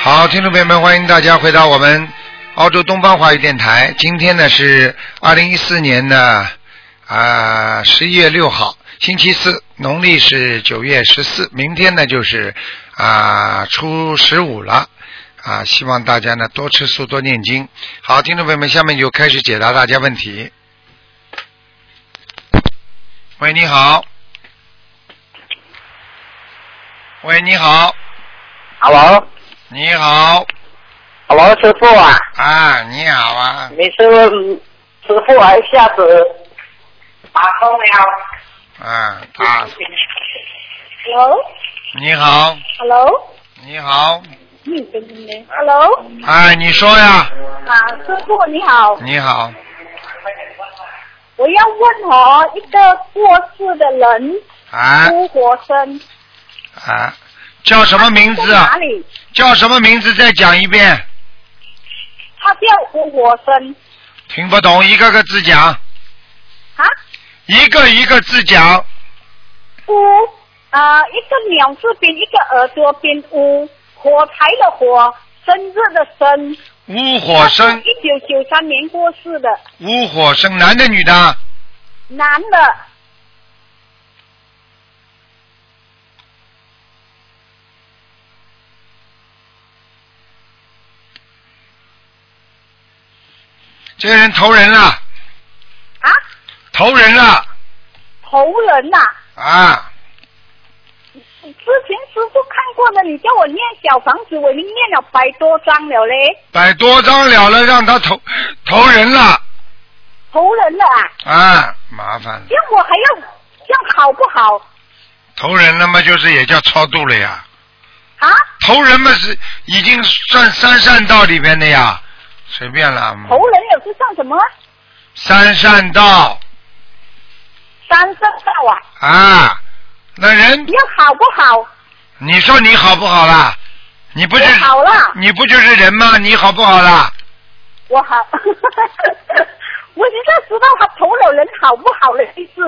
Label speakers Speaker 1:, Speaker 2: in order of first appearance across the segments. Speaker 1: 好，听众朋友们，欢迎大家回到我们澳洲东方华语电台。今天呢是二零一四年的啊十一月六号，星期四，农历是九月十四，明天呢就是啊、初十五了。啊，希望大家呢多吃素，多念经。好，听众朋友们，下面就开始解答大家问题。喂，你好。喂，你好，
Speaker 2: Hello，Hello，
Speaker 1: 你好，
Speaker 2: 师傅啊，
Speaker 1: 啊，你好啊，
Speaker 2: 你是师傅啊，一下子打通了。
Speaker 1: 啊，啊，
Speaker 3: Hello，Hello，
Speaker 1: 你好，你好，
Speaker 3: 你等等，Hello，
Speaker 1: 哎，你说呀，
Speaker 3: 啊，师傅你好，
Speaker 1: 你好，
Speaker 3: 我要问哦，一个过世的人
Speaker 1: 啊
Speaker 3: 出活生，
Speaker 1: 啊，叫什么名字
Speaker 3: 在
Speaker 1: 啊
Speaker 3: 哪？里？
Speaker 1: 叫什么名字？再讲一遍，
Speaker 3: 他叫胡活生
Speaker 1: 听不懂，一个个字讲，
Speaker 3: 啊，
Speaker 1: 一个一个字讲，
Speaker 3: 乌啊、一个鸟字边，一个耳朵边乌，火柴的火，生日的生，啊
Speaker 1: 乌火生，
Speaker 3: 一九九三年过世的
Speaker 1: 乌火生，男的女的？
Speaker 3: 男的，啊
Speaker 1: 这个人投人了，
Speaker 3: 啊，
Speaker 1: 投人了，
Speaker 3: 头人呐、
Speaker 1: 啊，
Speaker 3: 之前师傅看过了，你叫我念小房子，我已经念了百多章了嘞，
Speaker 1: 百多张了了，让他投投人了，
Speaker 3: 投人了啊！
Speaker 1: 啊，麻烦了
Speaker 3: 这，样我还要这样好不好
Speaker 1: 投人了嘛，就是也叫超度了呀。
Speaker 3: 啊？
Speaker 1: 投人嘛是已经算三善道里边的呀，随便了。
Speaker 3: 投人也是上什么
Speaker 1: 三善道
Speaker 3: 三圣道啊？
Speaker 1: 啊，那人
Speaker 3: 这样好不好？
Speaker 1: 你说你好不好啦？你不
Speaker 3: 我
Speaker 1: 是
Speaker 3: 好啦，
Speaker 1: 你不就是人吗？你好不好啦？
Speaker 3: 我好， 我现在知道他投了人好不好的意思。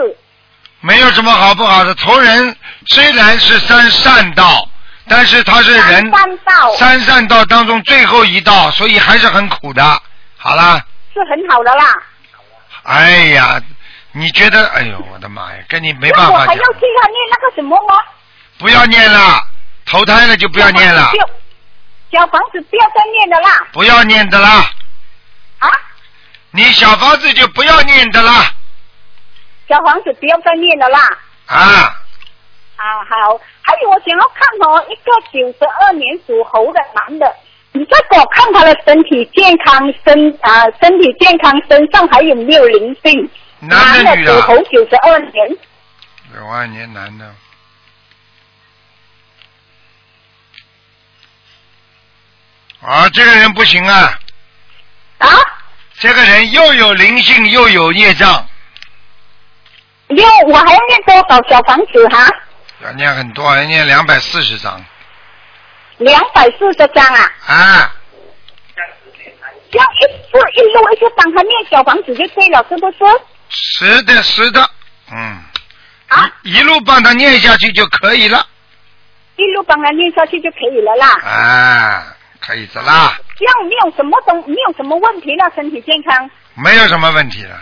Speaker 1: 没有什么好不好的。投人虽然是三善道，但是他是人
Speaker 3: 三道
Speaker 1: 三善道当中最后一道，所以还是很苦的。好啦，
Speaker 3: 是很好的啦，
Speaker 1: 哎呀，你觉得？哎呦，我的妈呀，跟你没
Speaker 3: 那
Speaker 1: 办法
Speaker 3: 我还
Speaker 1: 讲
Speaker 3: 要。替他念那个什么吗？
Speaker 1: 不要念了，投胎了就不要念了，
Speaker 3: 小房子不要再念的啦
Speaker 1: 不要念的啦。
Speaker 3: 啊！
Speaker 1: 你小房子就不要念的啦
Speaker 3: 小房子不要再念的啦。
Speaker 1: 啊！
Speaker 3: 啊，好。还有，我想要看哦，一个九十二年属猴的男的，你再给我看他的身体健康，身啊、身体健康，身上还有没有灵性？
Speaker 1: 男的女啊的
Speaker 3: 属猴九十二年，
Speaker 1: 九二年男的，啊，这个人不行啊，
Speaker 3: 啊，
Speaker 1: 这个人又有灵性又有业障，
Speaker 3: 六，我还要念多少小房子哈、
Speaker 1: 要念很多，要念两百四十张
Speaker 3: 两百四十张啊，
Speaker 1: 啊。
Speaker 3: 这样一次一路一直帮他念小房子就对了，是不是？
Speaker 1: 是的，是的，嗯，
Speaker 3: 啊，
Speaker 1: 一一路帮他念下去就可以了，
Speaker 3: 一路帮他念下去就可以了啦。
Speaker 1: 啊，可以的啦，
Speaker 3: 这样没有什么东，没有什么问题了，身体健康。
Speaker 1: 没有什么问题了。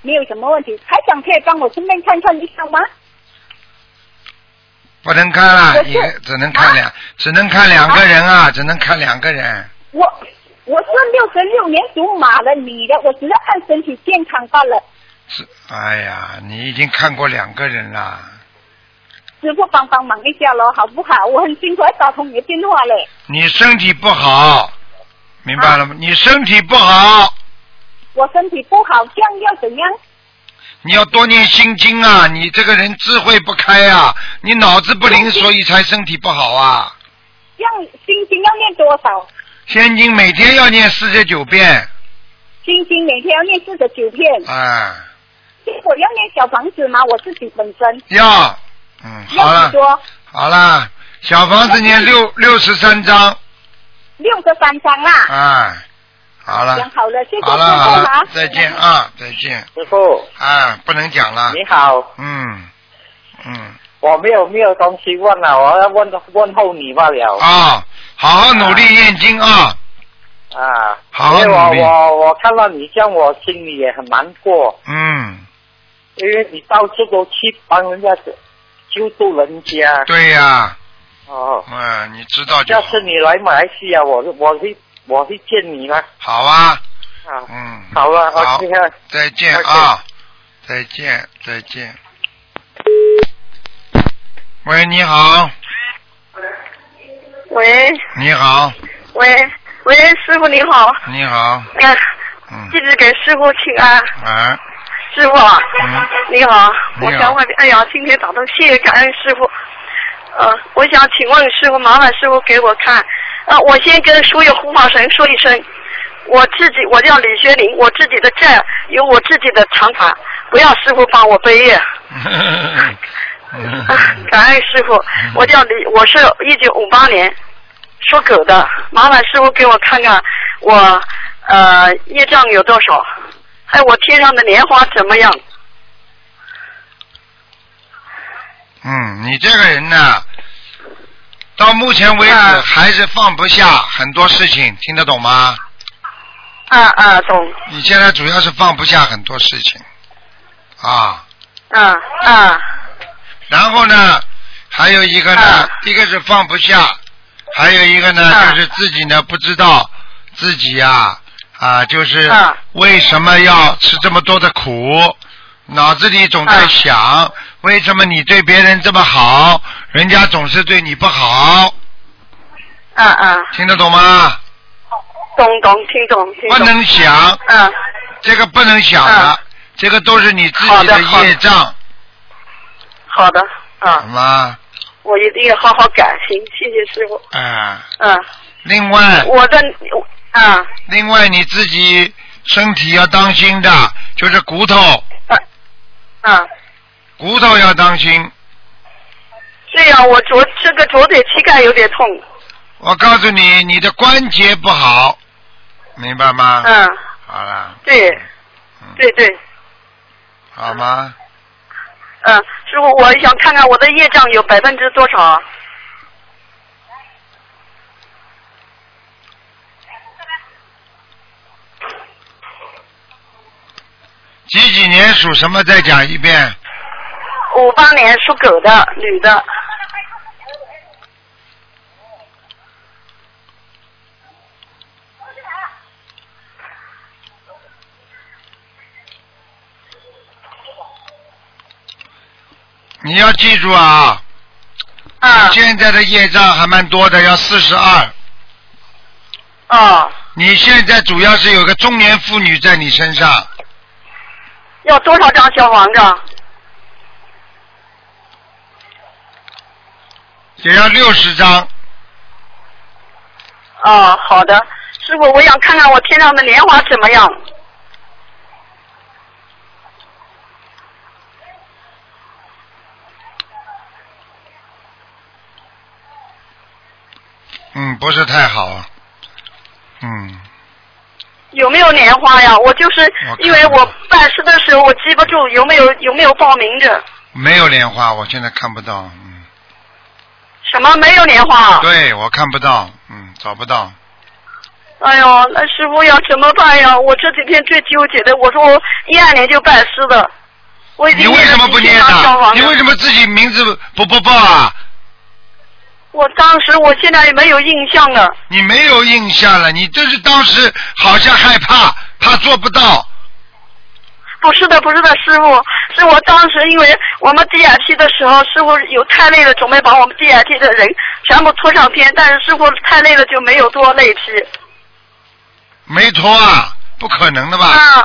Speaker 3: 没有什么问题。台长可以帮我顺便看看医生吗？
Speaker 1: 不能看了，
Speaker 3: 我是啊
Speaker 1: 也只能看两，只能看两个人啊，只能看两个人。
Speaker 3: 我我是六十六年属马的女的，我只要看身体健康罢了。
Speaker 1: 是，哎呀，你已经看过两个人了，
Speaker 3: 师傅帮帮忙一下咯，好不好？我很辛苦还打通你的电话嘞。
Speaker 1: 你身体不好，明白
Speaker 3: 啊
Speaker 1: 了吗？你身体不好，
Speaker 3: 我身体不好，这样要怎样？
Speaker 1: 你要多念心经啊！你这个人智慧不开啊，你脑子不灵，
Speaker 3: 心经
Speaker 1: 所以才身体不好啊。
Speaker 3: 这样心经要念多少？
Speaker 1: 心经每天要念四十九遍，
Speaker 3: 心经每天要念四十九遍。
Speaker 1: 哎，
Speaker 3: 我要念小房子吗？我自己本身
Speaker 1: 要，嗯，好
Speaker 3: 要
Speaker 1: 了
Speaker 3: 许，多
Speaker 1: 好了，小房子念六六十三章，
Speaker 3: 六十三张啦。
Speaker 1: 哎，好了。
Speaker 3: 讲好了，谢谢师
Speaker 1: 好
Speaker 3: 傅
Speaker 1: 了好
Speaker 3: 啊
Speaker 1: 了，。再见啊，再见
Speaker 2: 师傅
Speaker 1: 啊，不能讲了，
Speaker 2: 你好，
Speaker 1: 嗯嗯
Speaker 2: 我没有没有东西问了，我要问问候你罢了。
Speaker 1: 啊，好好努力念经啊！
Speaker 2: 啊，
Speaker 1: 好
Speaker 2: 因为
Speaker 1: 努力
Speaker 2: 我我我看到你这样，我心里也很难过，
Speaker 1: 嗯，
Speaker 2: 因为你到处都去帮人家救助人家。
Speaker 1: 对呀、
Speaker 2: 哦，
Speaker 1: 嗯、你知道就
Speaker 2: 下
Speaker 1: 好
Speaker 2: 次你来马来西亚，我我去我去见你啦。
Speaker 1: 好啊。
Speaker 2: 啊，
Speaker 1: 嗯，
Speaker 2: 好了，
Speaker 1: 好
Speaker 2: 我这个
Speaker 1: 再见啊，再见，再见。喂，你好，
Speaker 4: 喂
Speaker 1: 你好，
Speaker 4: 喂喂，师傅你好，
Speaker 1: 你好，
Speaker 4: 嗯，
Speaker 1: 嗯，
Speaker 4: 弟子给师傅请安，
Speaker 1: 啊，
Speaker 4: 师傅
Speaker 1: 嗯
Speaker 4: 你好，
Speaker 1: 你好
Speaker 4: 我想问，哎呀，今天早上谢谢感恩师傅，呃，我想请问师傅，麻烦师傅给我看，呃，我先跟所有护法神说一声，我自己我叫李学林，我自己的债有我自己的长法，不要师傅帮我背业。啊感恩师傅，
Speaker 1: 嗯
Speaker 4: 我叫李，我是一九五八年属狗的，麻烦师傅给我看看我呃业障有多少，还有我天上的莲花怎么样？
Speaker 1: 嗯，你这个人呢，到目前为止
Speaker 4: 啊
Speaker 1: 还是放不下很多事情，听得懂吗？
Speaker 4: 啊啊，懂，
Speaker 1: 你现在主要是放不下很多事情，啊，
Speaker 4: 啊啊
Speaker 1: 然后呢，还有一个呢，
Speaker 4: 啊
Speaker 1: 一个是放不下，还有一个呢，
Speaker 4: 啊
Speaker 1: 就是自己呢不知道自己呀、啊，就是
Speaker 4: 啊
Speaker 1: 为什么要吃这么多的苦，脑子里总在
Speaker 4: 啊
Speaker 1: 想、为什么你对别人这么好，人家总是对你不好，
Speaker 4: 啊啊，
Speaker 1: 听得懂吗？
Speaker 4: 懂懂，听懂听
Speaker 1: 不
Speaker 4: 懂。
Speaker 1: 能想，
Speaker 4: 啊
Speaker 1: 这个不能想的，
Speaker 4: 啊
Speaker 1: 这个都是你自
Speaker 4: 好
Speaker 1: 己
Speaker 4: 的好的啊
Speaker 1: 业障，
Speaker 4: 好的
Speaker 1: 好
Speaker 4: 啊，
Speaker 1: 吗？
Speaker 4: 我一定要好好改，行，谢谢师傅。
Speaker 1: 啊，
Speaker 4: 嗯、
Speaker 1: 另外，
Speaker 4: 我的我啊
Speaker 1: 另外你自己身体要当心的，就是骨头，
Speaker 4: 啊，
Speaker 1: 骨头要当心。
Speaker 4: 这样我左这个左腿膝盖有点痛。
Speaker 1: 我告诉你，你的关节不好，明白吗？
Speaker 4: 嗯、
Speaker 1: 好了，
Speaker 4: 对
Speaker 1: 嗯，
Speaker 4: 对对。
Speaker 1: 好吗？
Speaker 4: 嗯，师傅，我想看看我的业障有百分之多少啊？
Speaker 1: 几几年属什么？再讲一遍。
Speaker 4: 五八年属狗的女的，
Speaker 1: 你要记住啊，
Speaker 4: 啊
Speaker 1: 你现在的业障还蛮多的，要四十二。
Speaker 4: 哦，
Speaker 1: 你现在主要是有个中年妇女在你身上，
Speaker 4: 要多少张小房子啊？
Speaker 1: 也要六十张。
Speaker 4: 哦，好的，师傅，我想看看我天上的莲花怎么样？
Speaker 1: 嗯，不是太好。嗯，
Speaker 4: 有没有莲花呀？我就是
Speaker 1: 我看
Speaker 4: 因为我办事的时候我记不住有没有有没有报名字，
Speaker 1: 没有莲花，我现在看不到。嗯，
Speaker 4: 什么没有莲花啊？
Speaker 1: 对我看不到，嗯，找不到。
Speaker 4: 哎呦，那师傅要怎么办呀？我这几天最纠结的，我说我一二年就拜师的，我已
Speaker 1: 你
Speaker 4: 经
Speaker 1: 为
Speaker 4: 念啊
Speaker 1: 什么
Speaker 4: 了
Speaker 1: 不
Speaker 4: 几千
Speaker 1: 念
Speaker 4: 张小
Speaker 1: 呢？
Speaker 4: 房
Speaker 1: 你
Speaker 4: 子
Speaker 1: 为什么自己名字不不报啊？
Speaker 4: 我当时我现在也没有印象了。
Speaker 1: 你没有印象了，你就是当时好像害怕，怕做不到。
Speaker 4: 不是的，不是的，师傅，是我当时因为我们 DRT 的时候，师傅有太累了，准备把我们 DRT 的人全部拖上天，但是师傅太累了就没有做那一批。
Speaker 1: 没拖啊，不可能的吧？
Speaker 4: 啊，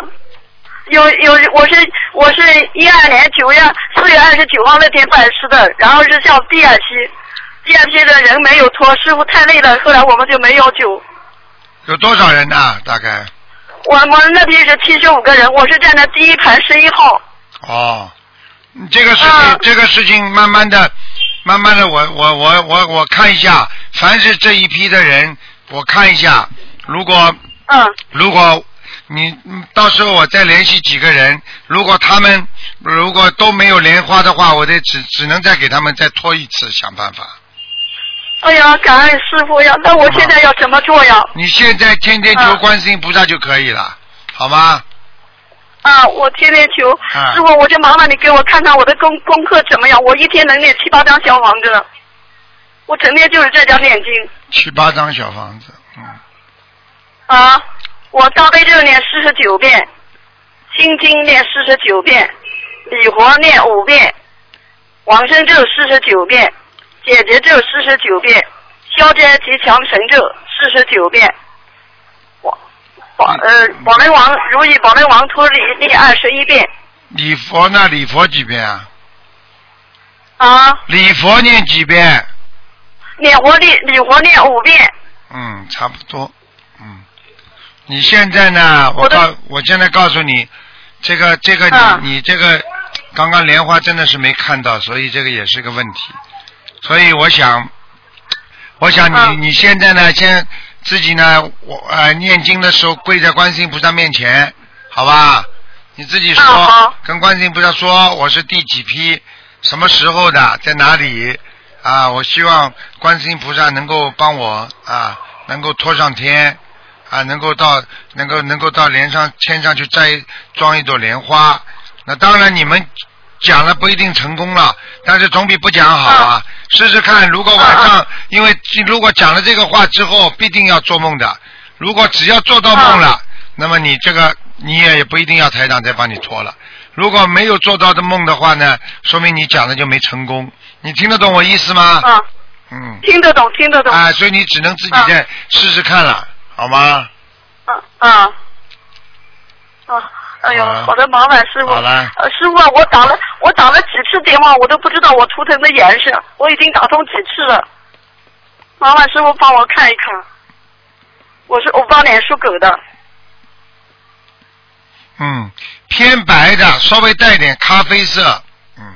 Speaker 4: 有有，我是我是一二年九月四月二十九号那天拜师的，然后是叫 DRT。第二批的人没有拖，师傅太累了，后来我们就没要求。
Speaker 1: 有多少人啊？大概
Speaker 4: 我们那批是七十五个人，我是站在第一排十一号。
Speaker 1: 哦，这个事情，
Speaker 4: 啊
Speaker 1: 这个事情慢慢的，慢慢的，我我我我我看一下，凡是这一批的人，我看一下，如果
Speaker 4: 嗯
Speaker 1: 如果你嗯到时候我再联系几个人，如果他们如果都没有莲花的话，我得只只能再给他们再拖一次，想办法。
Speaker 4: 哎呀，感恩师傅呀！那我现在要怎么做呀？
Speaker 1: 你现在天天求
Speaker 4: 啊
Speaker 1: 观世音菩萨就可以了，好吗？
Speaker 4: 啊，我天天求、
Speaker 1: 啊
Speaker 4: 师傅，我就麻烦你给我看看我的功功课怎么样？我一天能念七八张小房子了，我整天就是在家念经
Speaker 1: 七八张小房子，嗯，
Speaker 4: 啊。我大悲咒念四十九遍，心经念四十九遍，礼佛念五遍，往生咒四十九遍，解结咒四十九遍，消灾吉祥神咒四十九遍。我我呃，宝轮王如意宝轮王脱离念二十一遍
Speaker 1: 礼佛呢？礼佛几遍啊？
Speaker 4: 啊。
Speaker 1: 礼佛念几遍？
Speaker 4: 念活念礼活念五遍，
Speaker 1: 嗯，差不多。嗯，你现在呢？我
Speaker 4: 我的
Speaker 1: 告，我现在告诉你，这个这个你、
Speaker 4: 嗯
Speaker 1: 你这个刚刚莲花真的是没看到，所以这个也是个问题。所以我想，我想你、
Speaker 4: 嗯
Speaker 1: 你现在呢，先自己呢，我呃念经的时候跪在观世音菩萨面前，好吧？你自己说，
Speaker 4: 嗯好
Speaker 1: 跟观世音菩萨说我是第几批，什么时候的，在哪里啊？我希望观世音菩萨能够帮我啊，能够拖上天啊，能够到能够能够到莲上天上去摘装一朵莲花。那当然你们讲了不一定成功了，但是总比不讲好啊。试试看，如果晚上因为如果讲了这个话之后，必定要做梦的。如果只要做到梦
Speaker 4: 啊
Speaker 1: 了，那么你这个你也也不一定要台长再帮你拖了。如果没有做到的梦的话呢，说明你讲的就没成功。你听得懂我意思吗？
Speaker 4: 啊，
Speaker 1: 嗯。
Speaker 4: 听得懂，听得懂，
Speaker 1: 啊，所以你只能自己再试试看了，好吗？
Speaker 4: 啊啊啊！哎呦
Speaker 1: 好了，
Speaker 4: 好的，麻烦师傅。
Speaker 1: 好了
Speaker 4: 呃，师傅啊，我打了我打了几次电话，我都不知道我图腾的颜色，我已经打通几次了。麻烦师傅帮我看一看。我是我八年属狗的，
Speaker 1: 嗯，偏白的，稍微带点咖啡色，嗯，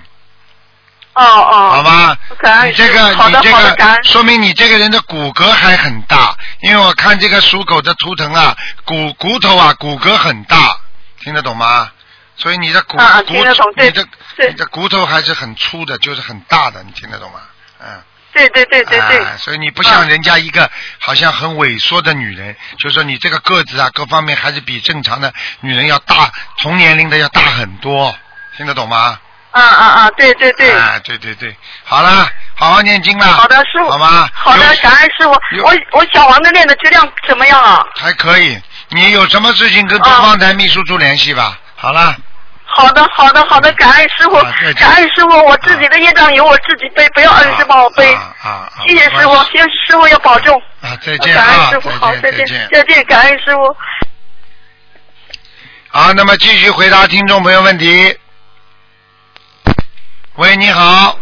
Speaker 4: 哦哦。
Speaker 1: 好吧？
Speaker 4: 感恩
Speaker 1: 你这个，
Speaker 4: 师傅好
Speaker 1: 你
Speaker 4: 的
Speaker 1: 这
Speaker 4: 好的，感
Speaker 1: 个，
Speaker 4: 恩。
Speaker 1: 说明你这个人的骨骼还很大，因为我看这个属狗的图腾啊，骨骨头啊，骨骼很大，听得懂吗？所以你的骨、
Speaker 4: 啊啊
Speaker 1: 骨
Speaker 4: 听得懂
Speaker 1: 你
Speaker 4: 对
Speaker 1: 的
Speaker 4: 对
Speaker 1: 你的骨头还是很粗的，就是很大的，你听得懂吗？嗯。
Speaker 4: 对对对对啊对，
Speaker 1: 啊，所以你不像人家一个好像很萎缩的女人，就说你这个个子啊，各方面还是比正常的女人要大，同年龄的要大很多，听得懂吗？
Speaker 4: 啊啊啊，对对对。
Speaker 1: 啊，对对对，好了，好好念经了。
Speaker 4: 好的，师傅。
Speaker 1: 好吗？
Speaker 4: 好的
Speaker 1: 有，
Speaker 4: 感恩师傅
Speaker 1: 有。
Speaker 4: 我我小王的练的质量怎么样啊？
Speaker 1: 还可以。你有什么事情跟东
Speaker 4: 哦
Speaker 1: 方台秘书处联系吧。好了，
Speaker 4: 好的，好的，好的，感恩师傅
Speaker 1: 啊再见，
Speaker 4: 感恩师傅，我自己的业障由我自己背，不要恩师帮我背。
Speaker 1: 啊啊啊！
Speaker 4: 谢谢师傅，谢谢师傅要保重。
Speaker 1: 啊，再见
Speaker 4: 感恩
Speaker 1: 啊，
Speaker 4: 师傅，好，
Speaker 1: 再
Speaker 4: 再
Speaker 1: 见，
Speaker 4: 见，再见，感恩师傅。
Speaker 1: 好，那么继续回答听众朋友问题。喂，你好，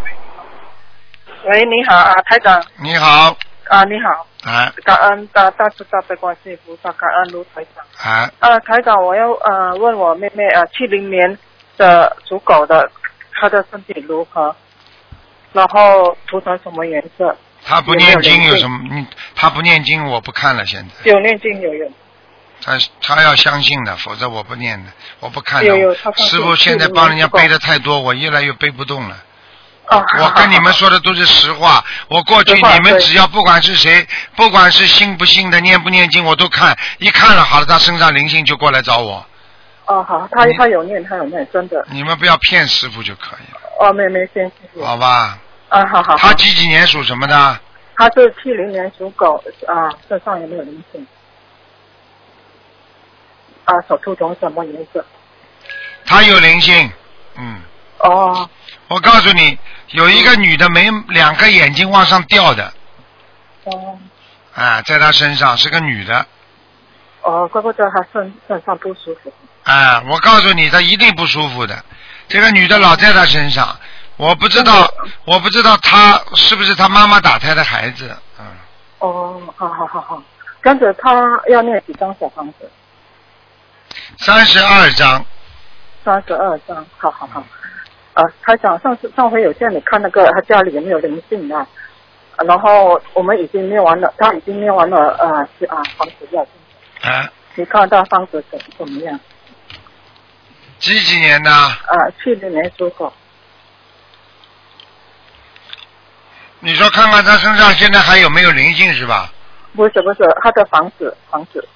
Speaker 5: 喂，你好啊，台长
Speaker 1: 你好，
Speaker 5: 啊，你好，
Speaker 1: 啊
Speaker 5: 感恩大大慈大悲观世音菩萨，感恩卢台长。
Speaker 1: 啊，
Speaker 5: 啊，台长，我要呃问我妹妹啊，七零年的属狗的，她的身体如何？然后涂成什么颜色？
Speaker 1: 他不念经有什么？你他不念经，我不看了。现在
Speaker 5: 有念经有用？
Speaker 1: 他他要相信的，否则我不念的，我不看
Speaker 5: 有有
Speaker 1: 的
Speaker 5: 他。放心
Speaker 1: 师傅现在帮人家背的太多，我越来越背不动了。
Speaker 5: 啊，
Speaker 1: 我跟你们说的都是实 话。我过去
Speaker 5: 实话
Speaker 1: 你们
Speaker 5: 对
Speaker 1: 只要不管是谁，不管是信不信的，念不念经，我都看。一看了好了，他身上灵性就过来找我。
Speaker 5: 哦好，她
Speaker 4: 嗯
Speaker 1: 你
Speaker 5: 她有念，她有念，真的。
Speaker 1: 你们不要骗师傅就可以
Speaker 5: 哦，妹妹先辛苦
Speaker 1: 了，。好吧？
Speaker 5: 啊，好好。
Speaker 1: 他
Speaker 5: 好
Speaker 1: 几几年属什么的？
Speaker 5: 她是七零年属狗啊，身上有没有灵性？啊，手涂成什么颜色？
Speaker 1: 他有灵性，嗯。
Speaker 5: 哦，
Speaker 1: 我告诉你，有一个女的没两个眼睛往上掉的，
Speaker 5: 哦，
Speaker 1: 啊，在她身上是个女的，
Speaker 5: 哦，怪不得他身身上不舒服。
Speaker 1: 啊，我告诉你，她一定不舒服的。这个女的老在她身上，我不知道，
Speaker 5: 嗯
Speaker 1: 我不知道她是不是她妈妈打胎的孩子，嗯，
Speaker 5: 哦，好好好好，跟着他要念几张小房子？
Speaker 1: 三十二章，
Speaker 5: 三十二张，好好好。呃，他讲上次上回有叫你看那个他家里有没有灵性啊，然后我们已经念完了，他已经念完了呃是啊房子要
Speaker 1: 啊，
Speaker 5: 你看到房子怎怎么样？
Speaker 1: 几几年的？
Speaker 5: 啊，去年属狗，
Speaker 1: 你说看看他身上现在还有没有灵性是吧？
Speaker 5: 不是不是，他的房子房子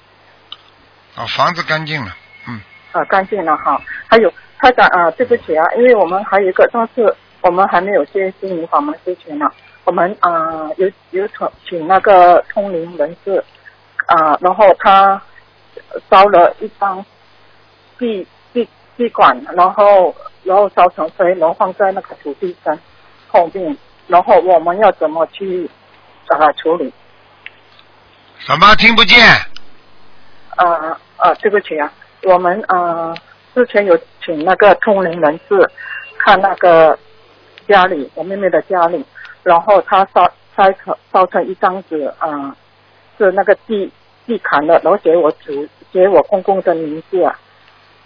Speaker 1: 哦，房子干净了，嗯，
Speaker 5: 啊干净了哈。还有他长啊，对不起啊，因为我们还有一个上次我们还没有接心灵法门之前呢，我们啊有有请请那个通灵人士啊，然后他烧了一张地地地管，然后然后烧成灰，然后放在那个土地上后面，然后我们要怎么去啊处理？
Speaker 1: 什么听不见？
Speaker 5: 呃呃，对不起啊，我们呃之前有请那个通灵人士看那个家里，我妹妹的家里，然后他烧烧成烧成一张纸啊、呃是那个地地坎的，然后写我主写我公公的名字啊，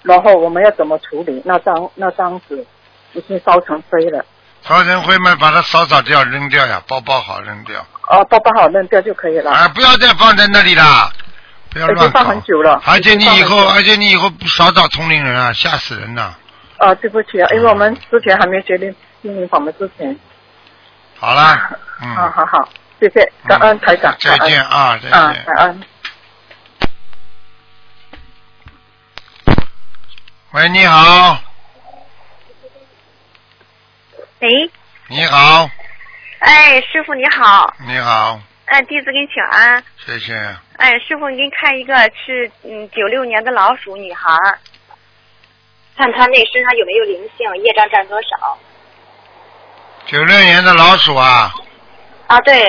Speaker 5: 然后我们要怎么处理那张那张纸已经烧成灰了，
Speaker 1: 烧成灰嘛，把它扫扫掉，扔掉呀，包包好扔掉，
Speaker 5: 哦，包包好扔掉就可以了，
Speaker 1: 啊，不要再放在那里啦，不要
Speaker 5: 嗯已
Speaker 1: 乱
Speaker 5: 经
Speaker 1: 搞
Speaker 5: 放。很久了，
Speaker 1: 而且你以
Speaker 5: 已经放很久
Speaker 1: 后，
Speaker 5: 了
Speaker 1: 而且你以后不少找同龄人啊，吓死人了。
Speaker 5: 啊，对不起啊，因为我们之前还没决定心灵法门之前。
Speaker 1: 好 啦，嗯，
Speaker 5: 啊好好好，谢谢，感恩台长，
Speaker 1: 再见啊，再
Speaker 5: 感恩，
Speaker 1: 见
Speaker 5: 嗯，。感恩。
Speaker 1: 喂，你好，
Speaker 4: 喂，
Speaker 1: 你好，
Speaker 4: 哎，师傅你好，
Speaker 1: 你好，
Speaker 4: 哎，弟子给你请安。
Speaker 1: 谢谢。
Speaker 4: 哎，师傅，你给你看一个是嗯九六年的老鼠女孩儿，看她那身上有没有灵性，业障占多少？
Speaker 1: 九六年的老鼠啊，
Speaker 4: 啊，对，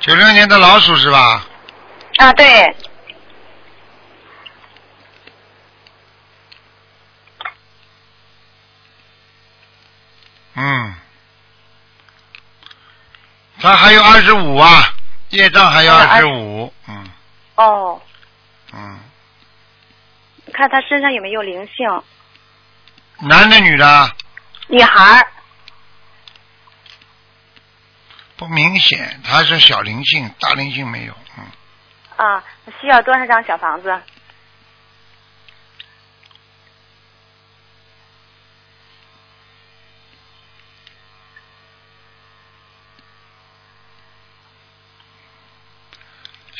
Speaker 1: 九六年的老鼠是吧？
Speaker 4: 啊对，
Speaker 1: 嗯，他还有二十五啊，业障还有二十五，嗯
Speaker 4: 哦，
Speaker 1: 嗯，
Speaker 4: 看她身上有没有灵性，
Speaker 1: 男的女的啊
Speaker 4: 女孩儿
Speaker 1: 不明显，他是小灵性，大灵性没有，嗯，
Speaker 4: 啊，需要多少张小房子？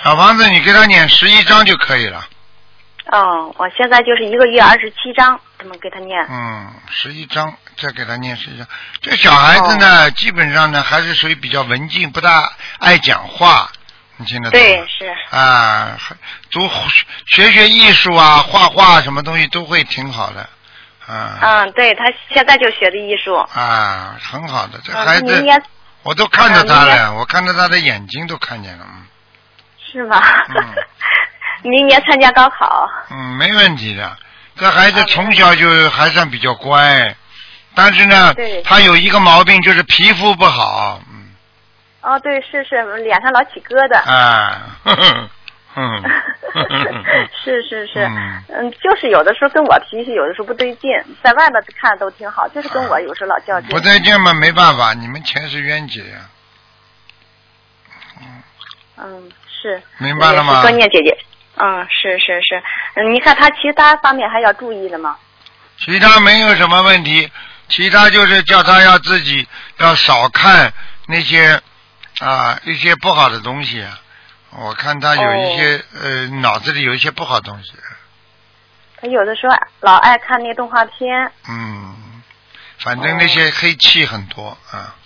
Speaker 1: 小房子你给他念十一章就可以了，
Speaker 4: 哦，我现在就是一个月二十七张，这么给她念。
Speaker 1: 嗯，十一章再给他念十一章。这小孩子
Speaker 4: 哦
Speaker 1: 呢，基本上呢还是属于比较文静，不大爱讲话，你听得懂吗？
Speaker 4: 对，是，
Speaker 1: 啊，还读学学艺术啊，画画什么东西都会挺好的，啊
Speaker 4: 嗯，对她现在就学的艺术。
Speaker 1: 啊，很好的。这
Speaker 4: 嗯，
Speaker 1: 孩
Speaker 4: 她明
Speaker 1: 子
Speaker 4: 年
Speaker 1: 我都看着他
Speaker 4: 啊明
Speaker 1: 了，我看着他的眼睛都看见了，嗯
Speaker 4: 是吗？
Speaker 1: 嗯
Speaker 4: 明年参加高考。
Speaker 1: 嗯，没问题的。这孩子
Speaker 4: 啊没问
Speaker 1: 从小就还算比较乖，但是呢
Speaker 4: 对，
Speaker 1: 他有一个毛病就是皮肤不好，嗯
Speaker 4: 哦，对，是是，脸上老起疙瘩。
Speaker 1: 啊，呵呵 嗯呵呵呵
Speaker 4: 是是是
Speaker 1: 嗯，
Speaker 4: 嗯，就是有的时候跟我脾气，有的时候不对劲，在外面看都挺好，就是跟我有时候老较劲。
Speaker 1: 啊不再见嘛，没办法，你们前世冤结呀，
Speaker 4: 嗯，是。
Speaker 1: 明白了吗？
Speaker 4: 也是多念姐姐。嗯，是是是，嗯，你看他其他方面还要注意的吗？
Speaker 1: 其他没有什么问题，其他就是叫他要自己要少看那些啊一些不好的东西。我看他有一
Speaker 4: 哦
Speaker 1: 些、呃脑子里有一些不好东西，
Speaker 4: 他有的时候老爱看那动画片，
Speaker 1: 嗯，反正那些黑气很多啊，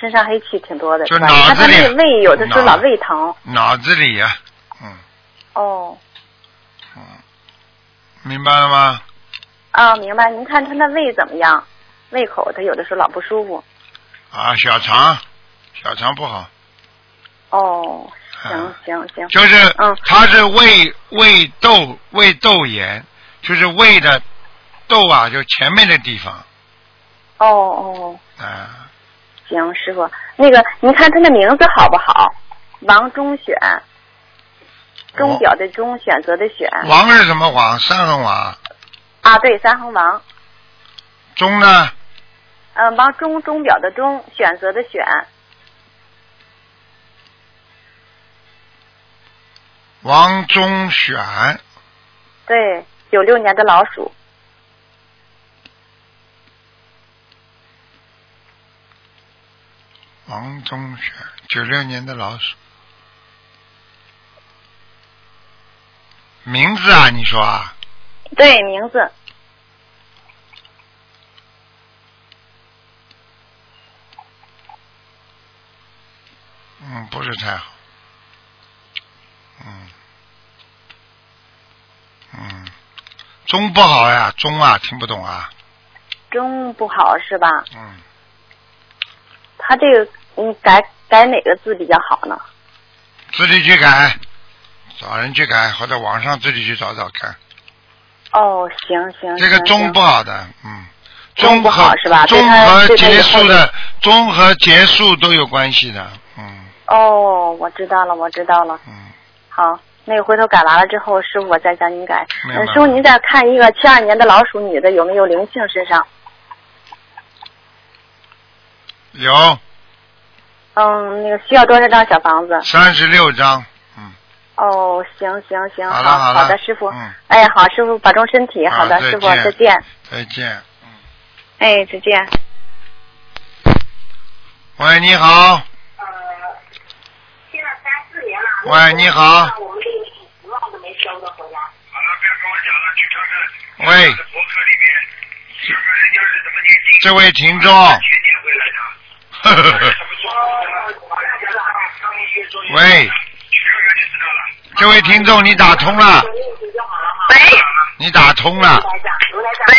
Speaker 4: 身上黑气挺多的，
Speaker 1: 就是
Speaker 4: 吧？
Speaker 1: 脑
Speaker 4: 你看他
Speaker 1: 子里
Speaker 4: 那胃有的时候
Speaker 1: 脑
Speaker 4: 老胃疼。
Speaker 1: 脑子里呀、嗯
Speaker 4: 哦。
Speaker 1: 嗯，明白了吗？
Speaker 4: 啊，明白。您看他那胃怎么样？胃口他有的时候老不舒服。
Speaker 1: 啊，小肠，小肠不好，
Speaker 4: 哦，行
Speaker 1: 啊
Speaker 4: 行行。
Speaker 1: 就是
Speaker 4: 嗯
Speaker 1: 他是胃胃窦胃窦炎，就是胃的窦啊，就前面的地方
Speaker 4: 哦哦，
Speaker 1: 啊。
Speaker 4: 行，师傅，那个您看他那名字好不好？王中选，钟表的钟，选择的选。
Speaker 1: 王是什么王？三横王。
Speaker 4: 啊，对，三横王。
Speaker 1: 中呢？
Speaker 6: 嗯，王钟钟表的钟，选择的选，
Speaker 1: 王中选，
Speaker 6: 对，九六年的老鼠，
Speaker 1: 王中选，九六年的老鼠。名字啊，你说啊，
Speaker 6: 对，名字，
Speaker 1: 嗯，不是太好，嗯，嗯，中不好呀，中啊，听不懂啊，
Speaker 6: 钟不好是吧？
Speaker 1: 嗯，
Speaker 6: 他这个你改改哪个字比较好呢？
Speaker 1: 自己去改，找人去改，或者网上自己去找找看。
Speaker 6: 哦，行行，
Speaker 1: 这个
Speaker 6: 行
Speaker 1: 中
Speaker 6: 行
Speaker 1: 不好的，嗯，
Speaker 6: 中
Speaker 1: 和
Speaker 6: 不好是吧对
Speaker 1: 中
Speaker 6: 他
Speaker 1: 和
Speaker 6: 对他以
Speaker 1: 结
Speaker 6: 后
Speaker 1: 束
Speaker 6: 就
Speaker 1: 的，中和结束都有关系的，嗯
Speaker 6: 哦，我知道了，我知道了。
Speaker 1: 嗯。
Speaker 6: 好，那个回头改完了之后，师傅我再向您改。
Speaker 1: 明白
Speaker 6: 嗯，师傅您再看一个七二年的老鼠女的有没有灵性身上？
Speaker 1: 有
Speaker 6: 嗯，那个需要多少张小房子？
Speaker 1: 三十六章，嗯，
Speaker 6: 哦，行行行，
Speaker 1: 好
Speaker 6: 好
Speaker 1: 了好了
Speaker 6: 的，师傅。
Speaker 1: 嗯
Speaker 6: 哎，好，师傅保重身体。
Speaker 1: 啊
Speaker 6: 好的，师
Speaker 1: 再
Speaker 6: 傅
Speaker 1: 见
Speaker 6: 再见。
Speaker 1: 再见。
Speaker 6: 哎，再见。
Speaker 1: 喂，你好，
Speaker 2: 呃现在三四年了。
Speaker 1: 喂，你好，
Speaker 2: 我们这个五万都没收到回来。
Speaker 1: 喂，这位听众， 呵呵呵喂，这位听众，你打通了，
Speaker 4: 喂
Speaker 1: 你打通了
Speaker 4: 喂，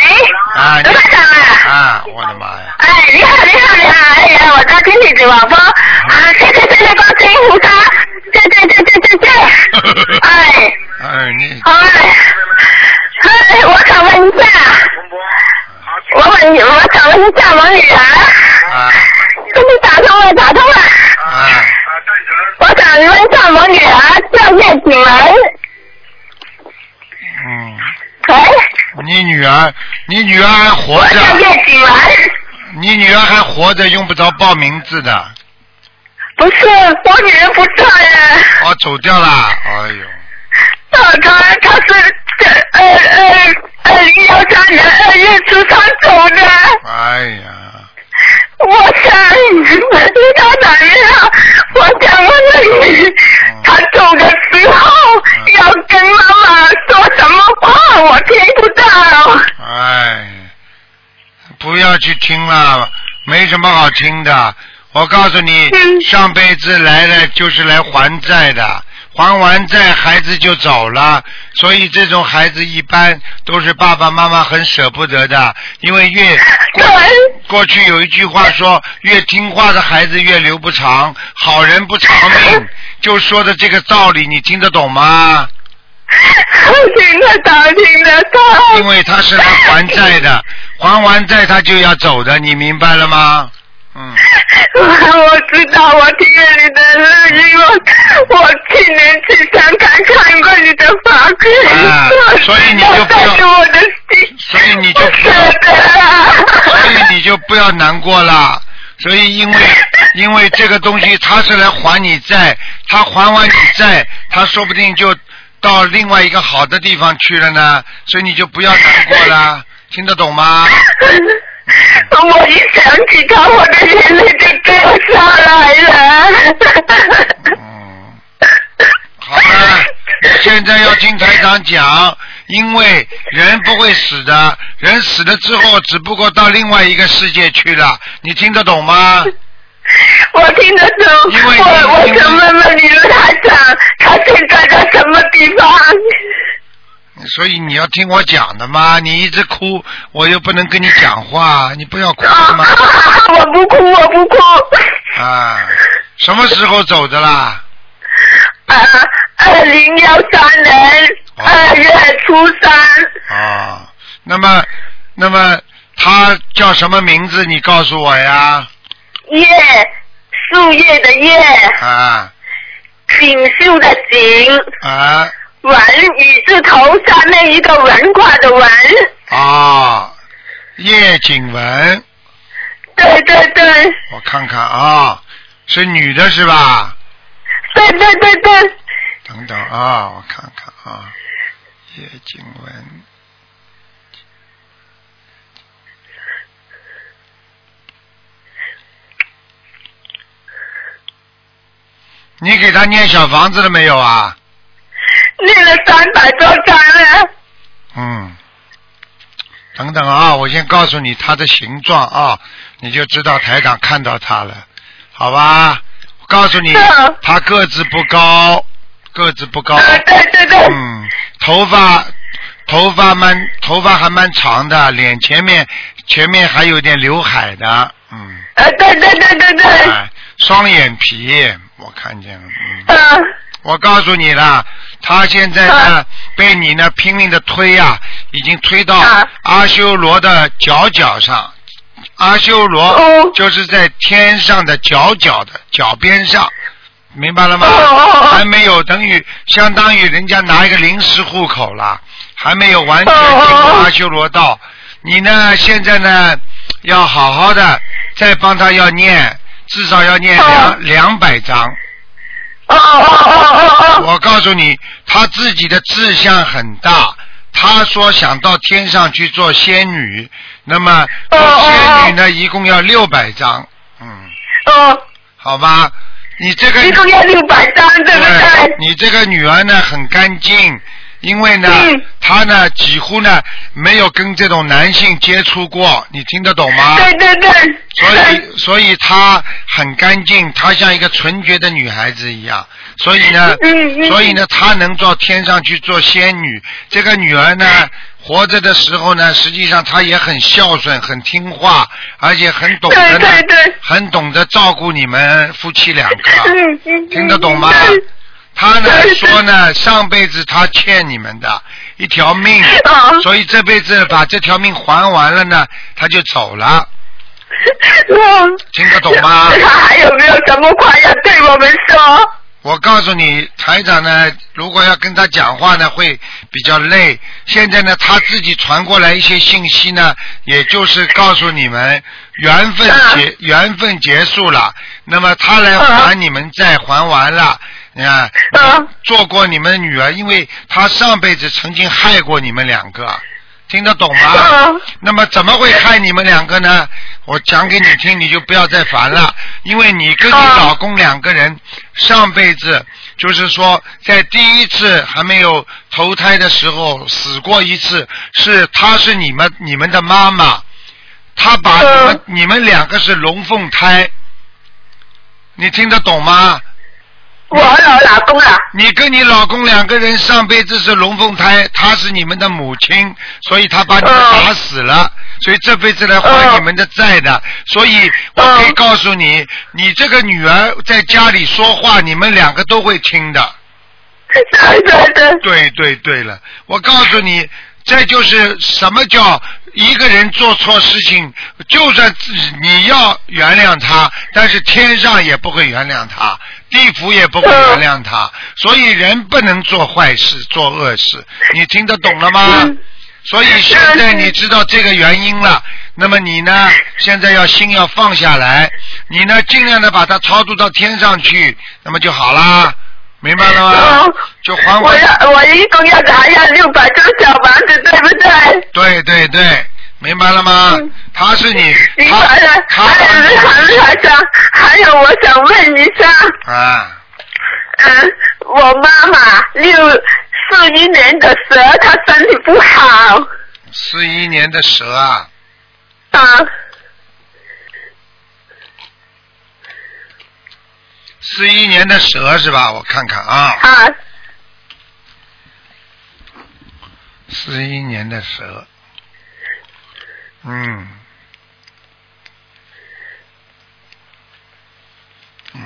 Speaker 1: 啊，你
Speaker 4: 卢台长啊，
Speaker 1: 啊，我的妈呀，
Speaker 4: 哎，你好，你好，你好，哎呀，我在听你的广播啊，谢谢谢谢观世音菩萨，对对对对对对，哎，
Speaker 1: 哎，你
Speaker 4: 好哎，哎，我想问一下，我问你，我想问一下王女儿，
Speaker 1: 啊
Speaker 4: 给你打通了，打通了，
Speaker 1: 啊，
Speaker 4: 我想问一下王女儿叫叶景文，
Speaker 1: 嗯，
Speaker 4: 喂。
Speaker 1: 你女儿，你女儿还活
Speaker 4: 我叫
Speaker 1: 着，
Speaker 4: 叶景文，
Speaker 1: 你女儿还活着，用不着报名字的，
Speaker 4: 不是我女儿不在啊，
Speaker 1: 哦，走掉了，哎呦，
Speaker 4: 她她她是这呃呃呃幺三年二月十三走的，
Speaker 1: 哎呀，
Speaker 4: 我想我听她打电话，我想问问你，
Speaker 1: 嗯
Speaker 4: 她走的时候要跟妈妈说什么话，我听不到。
Speaker 1: 哎，不要去听了，没什么好听的。我告诉你，
Speaker 4: 嗯
Speaker 1: 上辈子来了就是来还债的，还完债孩子就走了，所以这种孩子一般都是爸爸妈妈很舍不得的，因为越过
Speaker 4: 对
Speaker 1: 过去有一句话说，越听话的孩子越留不长，好人不长命，就说的这个道理，你听得懂吗？
Speaker 4: 听得到，听得到。
Speaker 1: 因为他是来还债的，还完债他就要走的，你明白了吗？嗯，
Speaker 4: 我知道，我听了你的录音，我我去年去香港看过你的房子，
Speaker 1: 啊所以你就不要
Speaker 4: 带着我的心，
Speaker 1: 所以你就
Speaker 4: 我
Speaker 1: 不
Speaker 4: 舍
Speaker 1: 要
Speaker 4: 得
Speaker 1: 所
Speaker 4: 啊。
Speaker 1: 以你就不要难过了。所以因为因为这个东西他是来还你债，他还完你债，他说不定就到另外一个好的地方去了呢，所以你就不要难过了，听得懂吗？
Speaker 4: 我一想起他，我的眼泪就掉下来了。
Speaker 1: 嗯。好了，你现在要听台长讲，因为人不会死的，人死了之后，只不过到另外一个世界去了，你听得懂吗？
Speaker 4: 我听得懂，
Speaker 1: 因为
Speaker 4: 我
Speaker 1: 因
Speaker 4: 我
Speaker 1: 为
Speaker 4: 想问问你，他长，他现在在什么地方？
Speaker 1: 所以你要听我讲的嘛，你一直哭，我又不能跟你讲话，你不要哭
Speaker 4: 啊
Speaker 1: 嘛。
Speaker 4: 我不哭，我不哭。
Speaker 1: 啊，什么时候走的啦？
Speaker 4: 呃，二零幺三年
Speaker 1: 哦
Speaker 4: 二月初三，
Speaker 1: 啊，那么，那么他叫什么名字？你告诉我呀。
Speaker 4: 叶树叶的叶，
Speaker 1: 啊
Speaker 4: 锦绣的锦，
Speaker 1: 啊
Speaker 4: 文雨字头下面一个文化的文，
Speaker 1: 啊！叶景文，
Speaker 4: 对对对
Speaker 1: 我看看啊，是女的是吧？
Speaker 4: 对对对对，
Speaker 1: 等等啊，我看看啊，叶景文。你给他念小房子了没有啊？
Speaker 4: 念了三百多张了。
Speaker 1: 嗯，等等啊，我先告诉你它的形状啊，你就知道台长看到它了，好吧？我告诉你
Speaker 4: 是啊，
Speaker 1: 它个子不高，个子不高，
Speaker 4: 啊，对对对，
Speaker 1: 嗯，头发头发蛮头发还蛮长的，脸前面前面还有点刘海的，嗯，
Speaker 4: 啊，对对对对对，
Speaker 1: 哎，双眼皮我看见了，嗯。
Speaker 4: 啊，
Speaker 1: 我告诉你了，他现在呢、
Speaker 4: 啊
Speaker 1: 被你呢拼命的推啊，已经推到
Speaker 4: 啊
Speaker 1: 阿修罗的脚脚上。阿修罗
Speaker 4: 哦
Speaker 1: 就是在天上的脚脚的脚边上，明白了吗？
Speaker 4: 哦哦哦
Speaker 1: 还没有等于相当于人家拿一个临时户口了，还没有完全
Speaker 4: 哦哦哦
Speaker 1: 进入阿修罗道。你呢现在呢要好好的再帮他要念，至少要念
Speaker 4: 哦
Speaker 1: 两两百章。
Speaker 4: 哦哦哦哦哦
Speaker 1: 我告诉你，他自己的志向很大。他说想到天上去做仙女，那么
Speaker 4: 哦
Speaker 1: 做
Speaker 4: 哦
Speaker 1: 仙女呢，一共要六百张，嗯，
Speaker 4: 哦，哦，
Speaker 1: 好吧？你这个
Speaker 4: 一共要六百张，对不对？
Speaker 1: 你这个女儿呢很干净，因为呢，
Speaker 4: 嗯
Speaker 1: 她呢几乎呢没有跟这种男性接触过，你听得懂吗？
Speaker 4: 对对对，
Speaker 1: 所以，所以她很干净，她像一个纯洁的女孩子一样。所以呢，
Speaker 4: 嗯嗯
Speaker 1: 所以呢，她能到天上去做仙女。这个女儿呢，
Speaker 4: 嗯
Speaker 1: 活着的时候呢，实际上她也很孝顺、很听话，而且很懂得呢，
Speaker 4: 对对对
Speaker 1: 很懂得照顾你们夫妻两个。
Speaker 4: 嗯嗯，
Speaker 1: 听得懂吗
Speaker 4: 对？
Speaker 1: 他呢
Speaker 4: 对对
Speaker 1: 说呢，上辈子他欠你们的一条命
Speaker 4: 啊，
Speaker 1: 所以这辈子把这条命还完了呢，他就走了，
Speaker 4: 嗯，
Speaker 1: 听得懂吗？
Speaker 4: 他还有没有什么话要对我们说？
Speaker 1: 我告诉你，台长呢，如果要跟他讲话呢，会比较累。现在呢，他自己传过来一些信息呢，也就是告诉你们，缘分结、缘分结束了，那么他来还你们债，还完了。你看，
Speaker 4: 嗯
Speaker 1: 做过你们女儿，因为她上辈子曾经害过你们两个，听得懂吗？
Speaker 4: 嗯
Speaker 1: 那么怎么会害你们两个呢？我讲给你听，你就不要再烦了，因为你跟你
Speaker 4: 啊
Speaker 1: 老公两个人上辈子就是说，在第一次还没有投胎的时候死过一次，是她是你们你们的妈妈，她把你们、你们两个是龙凤胎，你听得懂吗？
Speaker 4: 我老老公啊，
Speaker 1: 你跟你老公两个人上辈子是龙凤胎，她是你们的母亲，所以她把你们打死了，所以这辈子来还你们的债的。所以我可以告诉你，你这个女儿在家里说话，你们两个都会听的。
Speaker 4: 对对 对，
Speaker 1: 对对对了，我告诉你，这就是什么叫一个人做错事情，就算自己你要原谅他，但是天上也不会原谅他，地府也不会原谅
Speaker 4: 嗯
Speaker 1: 他，所以人不能做坏事、做恶事，你听得懂了吗？
Speaker 4: 嗯
Speaker 1: 所以现在你知道这个原因了，那么你呢？现在要心要放下来，你呢尽量的把它超度到天上去，那么就好啦，明白了吗
Speaker 4: 嗯？
Speaker 1: 就还
Speaker 4: 我
Speaker 1: 我
Speaker 4: 要我一共要还要六百张小房子，对不对？
Speaker 1: 对对对，明白了吗？他是你，
Speaker 4: 嗯明
Speaker 1: 他
Speaker 4: 白了。
Speaker 1: 他
Speaker 4: 还有还有还想，还有我想问一下，
Speaker 1: 啊，
Speaker 4: 嗯，我妈妈六四一年的蛇，她身体不好，
Speaker 1: 四一年的蛇啊，
Speaker 4: 啊，
Speaker 1: 四一年的蛇是吧？我看看啊，
Speaker 4: 啊，
Speaker 1: 四一年的蛇，嗯，嗯，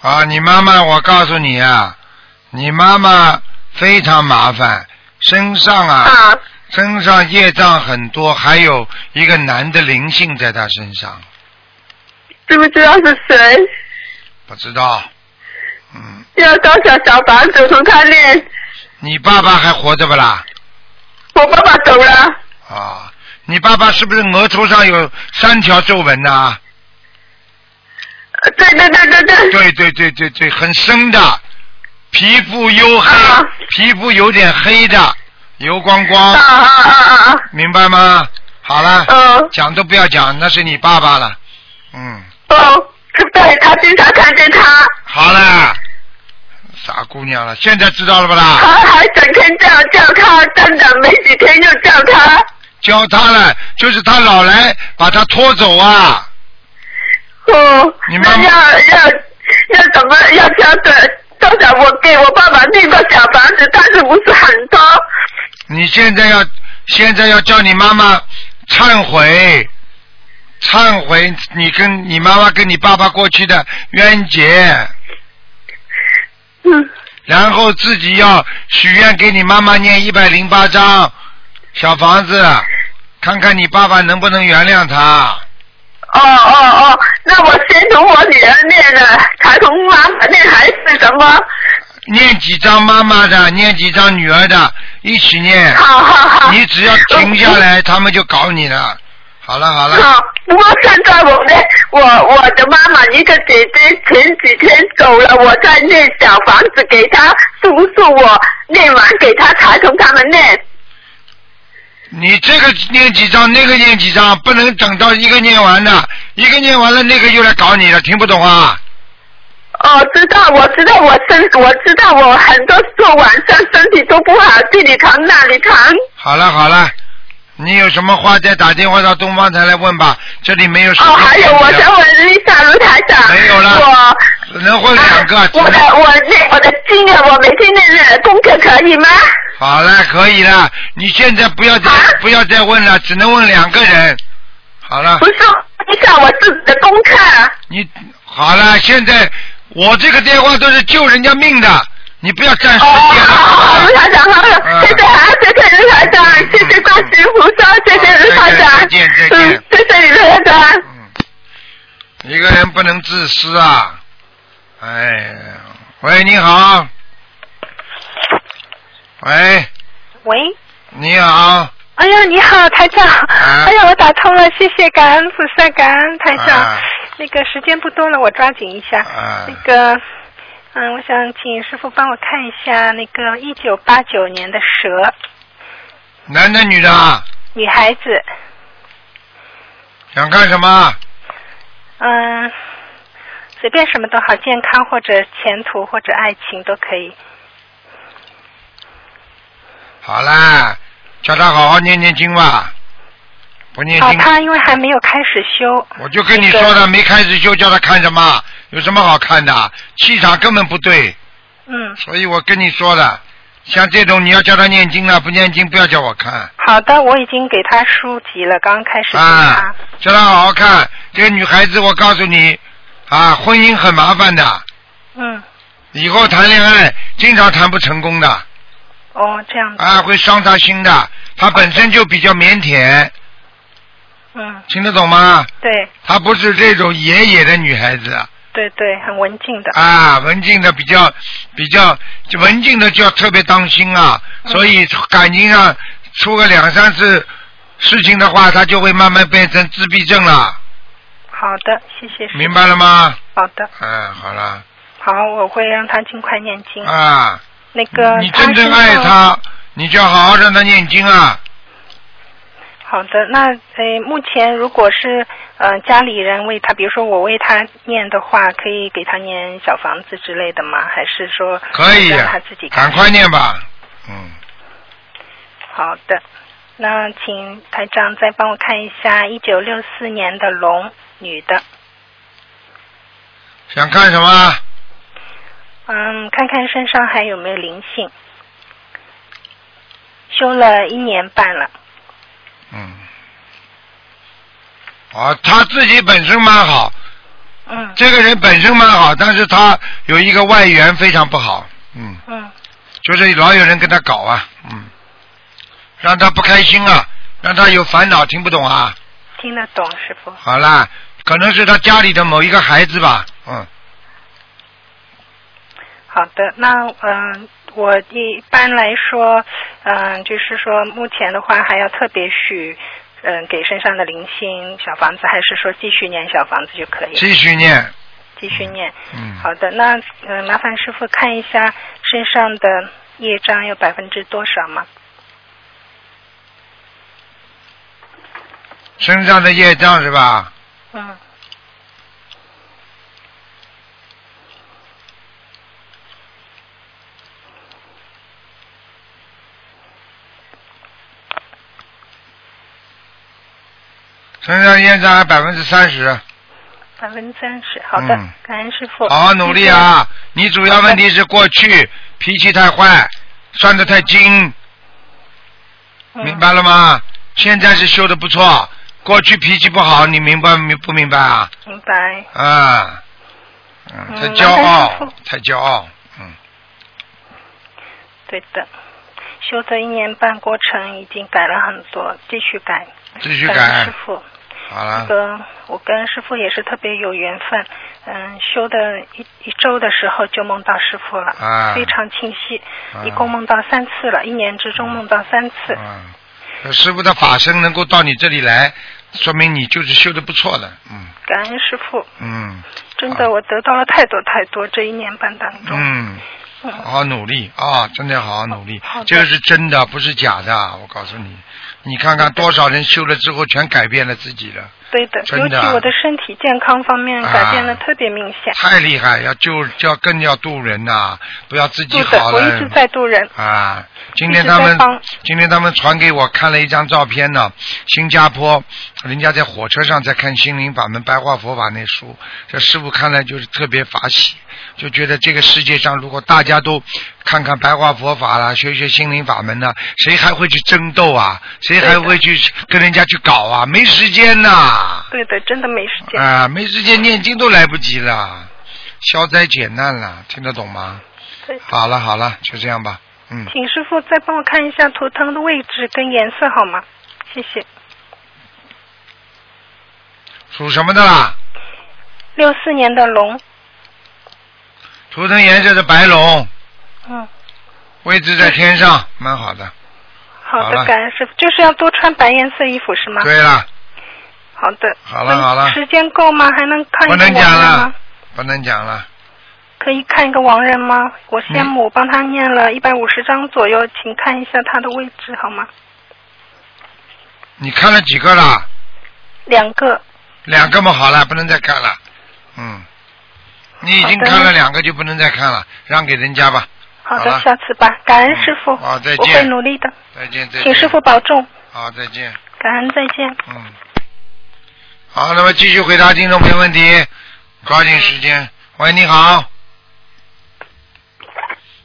Speaker 1: 啊，你妈妈，我告诉你啊，你妈妈非常麻烦，身上
Speaker 4: 啊，
Speaker 1: 身上业障很多，还有一个男的灵性在他身上，
Speaker 4: 知不知道是谁？
Speaker 1: 不知道。嗯，
Speaker 4: 要多少小房子从他念？
Speaker 1: 你爸爸还活着不啦？
Speaker 4: 我爸爸走了，
Speaker 1: 啊，你爸爸是不是额头上有三条皱纹啊呐、
Speaker 4: 呃对对对对对，
Speaker 1: 对对对对对，很深的，皮肤黝黑，
Speaker 4: 啊
Speaker 1: 皮肤有点黑的，油光光，
Speaker 4: 啊啊啊啊
Speaker 1: 明白吗？好了，
Speaker 4: 啊，嗯
Speaker 1: 讲都不要讲，那是你爸爸了。嗯，
Speaker 4: 哦，对，他经常看见他，
Speaker 1: 好了，傻姑娘了，现在知道了不啦？
Speaker 4: 他还整天叫叫他，真的没几天就叫他。
Speaker 1: 教他了，就是他老来把他拖走啊。
Speaker 4: 哦，
Speaker 1: 你
Speaker 4: 那
Speaker 1: 妈妈
Speaker 4: 要要要怎么要交的？多少我给我爸爸订过小房子，但是不是很多。
Speaker 1: 你现在要现在要叫你妈妈忏悔，忏悔你跟你妈妈跟你爸爸过去的冤结，
Speaker 4: 嗯，
Speaker 1: 然后自己要许愿给你妈妈念一百零八章小房子，看看你爸爸能不能原谅他。
Speaker 4: 哦哦哦，那我先从我女儿念了，才从妈妈念还是什么？
Speaker 1: 念几张妈妈的，念几张女儿的，一起念。
Speaker 4: 好好好。
Speaker 1: 你只要停下来，他们就搞你了。好了好了。
Speaker 4: 好，不过现在我呢，我我的妈妈一个姐姐前几天走了，我在念小房子给她，是不是我念完给她才从他们念？
Speaker 1: 你这个念几张，那个念几张，不能等到一个念完的，一个念完了，那个又来搞你了，听不懂啊？
Speaker 4: 哦，知道，我知道，我身我知道，我很多做晚上身体都不好，这里疼那里疼。
Speaker 1: 好了好了，你有什么话再打电话到东方台来问吧，这里没有什
Speaker 4: 哦，
Speaker 1: 么问
Speaker 4: 还
Speaker 1: 题的。
Speaker 4: 有我想问一下卢台长，
Speaker 1: 没有了
Speaker 4: 我
Speaker 1: 只能问两个，
Speaker 4: 啊
Speaker 1: 只
Speaker 4: 我的
Speaker 1: 能
Speaker 4: 我那我的经啊，我每天的功课可以吗？
Speaker 1: 好了，可以了，你现在不要再、
Speaker 4: 啊
Speaker 1: 不要再问了，只能问两个人。好了
Speaker 4: 不，是，一下我自己的功课。
Speaker 1: 你好了，现在我这个电话都是救人家命的，你不要占时
Speaker 4: 哦，
Speaker 1: 间了。
Speaker 4: 好
Speaker 1: 好
Speaker 4: 好，
Speaker 1: 吧
Speaker 4: 卢台长，好了，谢谢啊，谢谢卢台长，谢谢观世菩萨，谢谢卢台长，
Speaker 1: 再见再见
Speaker 4: 嗯，谢谢卢台长。
Speaker 1: 嗯，一个人不能自私啊！哎呀，喂，你好，喂，
Speaker 7: 喂，
Speaker 1: 你好，
Speaker 7: 哎呀，你好，台长。
Speaker 1: 啊
Speaker 7: 哎呀，我打通了，谢谢，感恩菩萨，感恩台长。
Speaker 1: 啊
Speaker 7: 那个时间不多了，我抓紧一下。
Speaker 1: 啊
Speaker 7: 那个，嗯，我想请师傅帮我看一下那个一九八九年的蛇
Speaker 1: 男的女的啊？
Speaker 7: 女孩子，
Speaker 1: 想干什么？
Speaker 7: 嗯，随便什么都好，健康或者前途或者爱情都可以。
Speaker 1: 好啦，叫他好好念念经吧，不念
Speaker 7: 哦，
Speaker 1: 经，
Speaker 7: 她因为还没有开始修，
Speaker 1: 我就跟你说的，没开始就叫他看什么？有什么好看的？气场根本不对，
Speaker 7: 嗯，
Speaker 1: 所以我跟你说的，像这种你要叫他念经啊了，不念经不要叫我看。
Speaker 7: 好的，我已经给她书籍了，刚刚开始给她。
Speaker 1: 啊，叫她好好看。这个女孩子，我告诉你，啊，婚姻很麻烦的，
Speaker 7: 嗯，
Speaker 1: 以后谈恋爱经常谈不成功的，
Speaker 7: 哦，这样子，哦
Speaker 1: 啊，会伤她心的。她本身就比较腼腆，
Speaker 7: 嗯，
Speaker 1: 听得懂吗？
Speaker 7: 对。
Speaker 1: 她不是这种野野的女孩子
Speaker 7: 对对，很文静的。
Speaker 1: 啊，文静的比较比较文静的就要特别当心啊，
Speaker 7: 嗯
Speaker 1: 所以感情上出个两三次事情的话，她就会慢慢变成自闭症了，
Speaker 7: 好的，谢谢师
Speaker 1: 明白了吗？
Speaker 7: 好的，
Speaker 1: 嗯，好了。
Speaker 7: 好，我会让他尽快念经。
Speaker 1: 啊，
Speaker 7: 那个
Speaker 1: 你真正
Speaker 7: 身
Speaker 1: 爱
Speaker 7: 上。
Speaker 1: 他，你就要好好让他念经啊。
Speaker 7: 好的，那呃，目前如果是呃家里人为他，比如说我为他念的话，可以给他念小房子之类的吗？还是说
Speaker 1: 可以啊
Speaker 7: 让他自己，
Speaker 1: 赶
Speaker 7: 看？
Speaker 1: 快念吧。嗯，
Speaker 7: 好的，那请台长再帮我看一下，一九六四年的龙女的，
Speaker 1: 想看什么？
Speaker 7: 嗯，看看身上还有没有灵性。修了一年半了。
Speaker 1: 嗯，啊，他自己本身蛮好，
Speaker 7: 嗯
Speaker 1: 这个人本身蛮好，但是他有一个外援非常不好。嗯，
Speaker 7: 嗯，
Speaker 1: 就是老有人跟他搞啊，嗯，让他不开心啊，让他有烦恼，听不懂啊。
Speaker 7: 听得懂，师傅。
Speaker 1: 好啦，可能是他家里的某一个孩子吧。嗯，
Speaker 7: 好的，那嗯、我一般来说，嗯、就是说目前的话还要特别许嗯给身上的灵性小房子，还是说继续念小房子就可以？
Speaker 1: 继续念，
Speaker 7: 继续念。
Speaker 1: 嗯，
Speaker 7: 好的，那嗯，麻烦师傅看一下身上的业障有百分之多少吗？
Speaker 1: 身上的业障是吧？
Speaker 7: 嗯，
Speaker 1: 身上业障百分之三
Speaker 7: 哦
Speaker 1: 十，
Speaker 7: 百分之三十。好的，
Speaker 1: 嗯
Speaker 7: 感恩师傅。
Speaker 1: 好好努力啊！你主要问题是过去脾气太坏，算的太精，
Speaker 7: 嗯！
Speaker 1: 明白了吗？现在是修的不错，过去脾气不好，你明白明不明白啊？
Speaker 7: 明白。
Speaker 1: 啊，嗯，
Speaker 7: 嗯
Speaker 1: 太骄
Speaker 7: 麻烦师
Speaker 1: 傲
Speaker 7: 父，
Speaker 1: 太骄傲，嗯，
Speaker 7: 对的，修的一年半过程已经改了很多，继续改。
Speaker 1: 继续
Speaker 7: 感恩
Speaker 1: 改
Speaker 7: 师，傅。
Speaker 1: 好
Speaker 7: 那
Speaker 1: 了，
Speaker 7: 个我跟师傅也是特别有缘分，嗯，修的一一周的时候就梦到师傅了，
Speaker 1: 啊
Speaker 7: 非常清晰，
Speaker 1: 啊
Speaker 7: 一共梦到三次了，一年之中梦到三次，
Speaker 1: 嗯，师傅的法身能够到你这里来，说明你就是修的不错的，嗯
Speaker 7: 感恩师傅，
Speaker 1: 嗯
Speaker 7: 真的我得到了太多太多这一年半当中，
Speaker 1: 嗯，
Speaker 7: 嗯哦
Speaker 1: 好好努力啊，真的好好努力
Speaker 7: 好好，的
Speaker 1: 这个是真的，不是假的，我告诉你，你看看多少人修了之后全改变了自己了，
Speaker 7: 对的，
Speaker 1: 真
Speaker 7: 尤
Speaker 1: 的
Speaker 7: 其我的身体健康方面
Speaker 1: 啊
Speaker 7: 改变的特别明显，
Speaker 1: 太厉害，要救要更要渡人呐、不要自
Speaker 7: 对
Speaker 1: 己
Speaker 7: 的，
Speaker 1: 好
Speaker 7: 我
Speaker 1: 了。
Speaker 7: 一直在度人，
Speaker 1: 啊，今
Speaker 7: 一
Speaker 1: 天
Speaker 7: 直
Speaker 1: 他
Speaker 7: 在
Speaker 1: 们
Speaker 7: 帮
Speaker 1: 今天他们传给我看了一张照片呢，新加坡人家在火车上在看《心灵法门白话佛法》那书，这师傅看了就是特别法喜，就觉得这个世界上如果大家都看看白话佛法啦，学学心灵法门呢，谁还会去争斗啊？谁还会去跟人家去搞啊？没时间呐、
Speaker 7: 对的，真的没时间，
Speaker 1: 啊，没时间念经都来不及了，消灾解难了，听得懂吗？
Speaker 7: 对的
Speaker 1: 好了好了，就这样吧，嗯。
Speaker 7: 请师傅再帮我看一下图腾的位置跟颜色好吗？谢谢，
Speaker 1: 属什么的啦？
Speaker 7: 六四年的龙，
Speaker 1: 图腾颜色是白龙，
Speaker 7: 嗯。
Speaker 1: 位置在天上，蛮好的。
Speaker 7: 好
Speaker 1: 好了
Speaker 7: 的，感恩师傅，就是要多穿白颜色衣服是吗？
Speaker 1: 对了，
Speaker 7: 好的。
Speaker 1: 好了好了
Speaker 7: 嗯时间够吗？还能
Speaker 1: 不
Speaker 7: 看一个
Speaker 1: 能讲
Speaker 7: 亡人
Speaker 1: 了
Speaker 7: 吗？，
Speaker 1: 不能讲了。
Speaker 7: 可以看一个亡人吗？我
Speaker 1: 嗯
Speaker 7: 先母帮他念了一百五十张左右，请看一下他的位置好吗？
Speaker 1: 你看了几个了？
Speaker 7: 两个，
Speaker 1: 两个嘛，好了，不能再看了。嗯，你已经
Speaker 7: 好的
Speaker 1: 看了两个，就不能再看了，让给人家吧。
Speaker 7: 好
Speaker 1: 好
Speaker 7: 的
Speaker 1: 了，
Speaker 7: 下次吧。感恩师傅，
Speaker 1: 嗯好再见
Speaker 7: 我会努力的，
Speaker 1: 再见，再见。
Speaker 7: 请师傅保重，
Speaker 1: 好，再见。
Speaker 7: 感恩再见。
Speaker 1: 嗯。好，那么继续回答听众朋友问题，抓紧时间。喂，你好。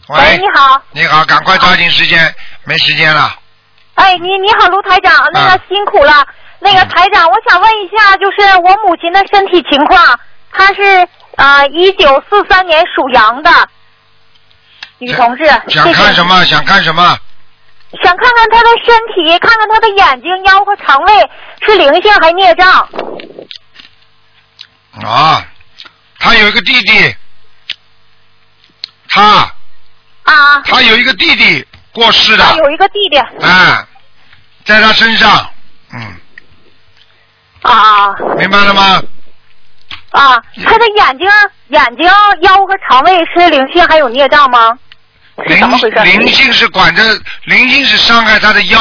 Speaker 8: 喂，你好，
Speaker 1: 你好，赶快抓紧时间，没时间了。
Speaker 8: 哎，你你好，卢台长，那
Speaker 1: 啊
Speaker 8: 个辛苦了。那个
Speaker 1: 嗯
Speaker 8: 台长，我想问一下，就是我母亲的身体情况，她是呃一九四三年属羊的女同志，
Speaker 1: 想看什
Speaker 8: 么？
Speaker 1: 么？想看什么？
Speaker 8: 想看看她的身体，看看她的眼睛、腰和肠胃是灵性还孽障。
Speaker 1: 啊，他有一个弟弟，他
Speaker 8: 啊，
Speaker 1: 他有一个弟弟过世
Speaker 8: 她
Speaker 1: 的，
Speaker 8: 有一个弟弟
Speaker 1: 啊，在他身上，嗯，
Speaker 8: 啊
Speaker 1: 明白了吗？嗯
Speaker 8: 啊，她的眼睛、眼睛、腰和肠胃是灵性还有孽障吗？是怎么回事？
Speaker 1: 灵灵性是管着，灵性是伤害他的腰、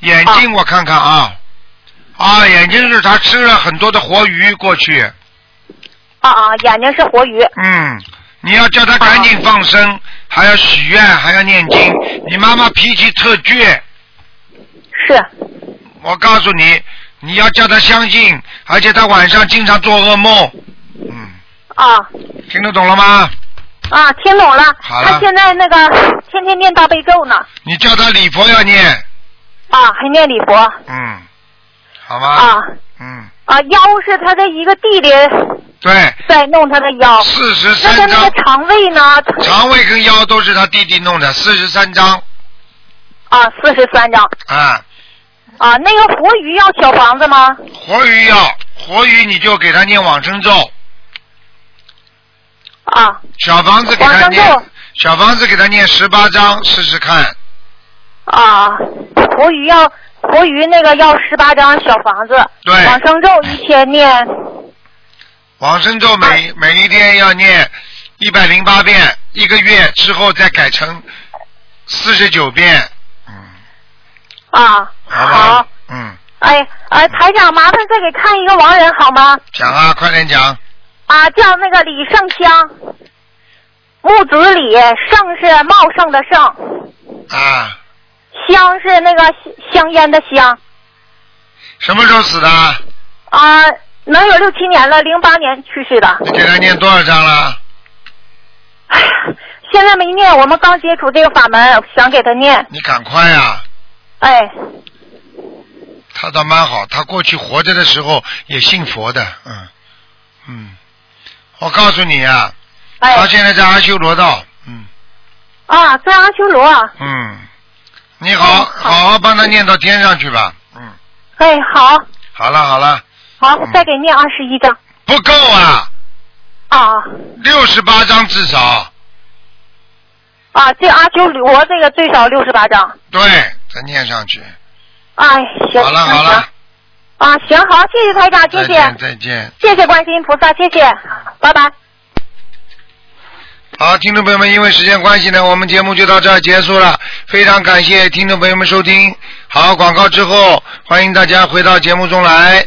Speaker 1: 眼睛，我看看啊，啊，眼睛是他吃了很多的活鱼过去，
Speaker 8: 啊啊，眼睛是活鱼。
Speaker 1: 嗯，你要叫他赶
Speaker 8: 啊
Speaker 1: 紧放生，还要许愿，还要念经。你妈妈脾气特倔，
Speaker 8: 是
Speaker 1: 我告诉你，你要叫他相信，而且他晚上经常做噩梦。嗯，
Speaker 8: 啊
Speaker 1: 听得懂了吗？
Speaker 8: 啊，听懂了。
Speaker 1: 好了
Speaker 8: 他现在那个天天念大悲咒呢，
Speaker 1: 你叫他礼佛要念，
Speaker 8: 啊，还念礼佛
Speaker 1: 嗯，好吗？
Speaker 8: 啊
Speaker 1: 嗯，
Speaker 8: 啊，腰是他的一个弟弟
Speaker 1: 对，
Speaker 8: 在弄他的腰，
Speaker 1: 四十
Speaker 8: 那他
Speaker 1: 三
Speaker 8: 那
Speaker 1: 章
Speaker 8: 个，肠胃呢？
Speaker 1: 肠胃跟腰都是他弟弟弄的，四十三章
Speaker 8: 啊，四十三张
Speaker 1: 啊。
Speaker 8: 啊，那个活鱼要小房子吗？
Speaker 1: 活鱼要活鱼，你就给他念往生咒，
Speaker 8: 啊
Speaker 1: 小房子给
Speaker 8: 往
Speaker 1: 他
Speaker 8: 生
Speaker 1: 念
Speaker 8: 咒，
Speaker 1: 小房子给他念十八章试试看。
Speaker 8: 啊，活鱼要
Speaker 4: 活鱼那个要十八张小房子，
Speaker 1: 对
Speaker 4: 往生咒一天念
Speaker 1: 往生咒每每一天要念一百零八遍，一个月之后再改成四十九遍，嗯
Speaker 4: 啊。
Speaker 1: 好不好？
Speaker 4: 好
Speaker 1: 嗯，
Speaker 4: 哎哎，台长，麻烦再给看一个亡人好吗？
Speaker 1: 讲啊，快点讲。
Speaker 4: 啊，叫那个李胜香，木子李，盛是茂盛的盛，
Speaker 1: 啊，
Speaker 4: 香是那个香香烟的香
Speaker 1: 什么时候死的？
Speaker 4: 啊，能有六七年了，零八年去世的。哎
Speaker 1: 你给他念多少章了？
Speaker 4: 现在没念，我们刚接触这个法门，想给他念。
Speaker 1: 你赶快呀、
Speaker 4: 哎，
Speaker 1: 他倒蛮好，他过去活着的时候也信佛的，嗯嗯，我告诉你啊，
Speaker 4: 哎
Speaker 1: 他现在在阿修罗道，
Speaker 4: 啊，在阿修罗，
Speaker 1: 嗯，你好嗯好好帮他念到天上去吧，嗯，
Speaker 4: 哎，好，
Speaker 1: 好了好了，
Speaker 4: 好，
Speaker 1: 嗯
Speaker 4: 再给念二十一章。
Speaker 1: 不够啊，
Speaker 4: 啊
Speaker 1: 六十八章至少，
Speaker 4: 啊，这阿修罗这个最少六十八章。
Speaker 1: 对，再念上去，
Speaker 4: 哎，行，
Speaker 1: 好了好
Speaker 4: 那行
Speaker 1: 了，
Speaker 4: 啊，行，好，谢谢台长，谢
Speaker 1: 再
Speaker 4: 谢，
Speaker 1: 见再见。
Speaker 4: 谢谢观世音菩萨，谢谢，拜拜。
Speaker 1: 好，听众朋友们，因为时间关系呢，我们节目就到这儿结束了。非常感谢听众朋友们收听。好，广告之后，欢迎大家回到节目中来。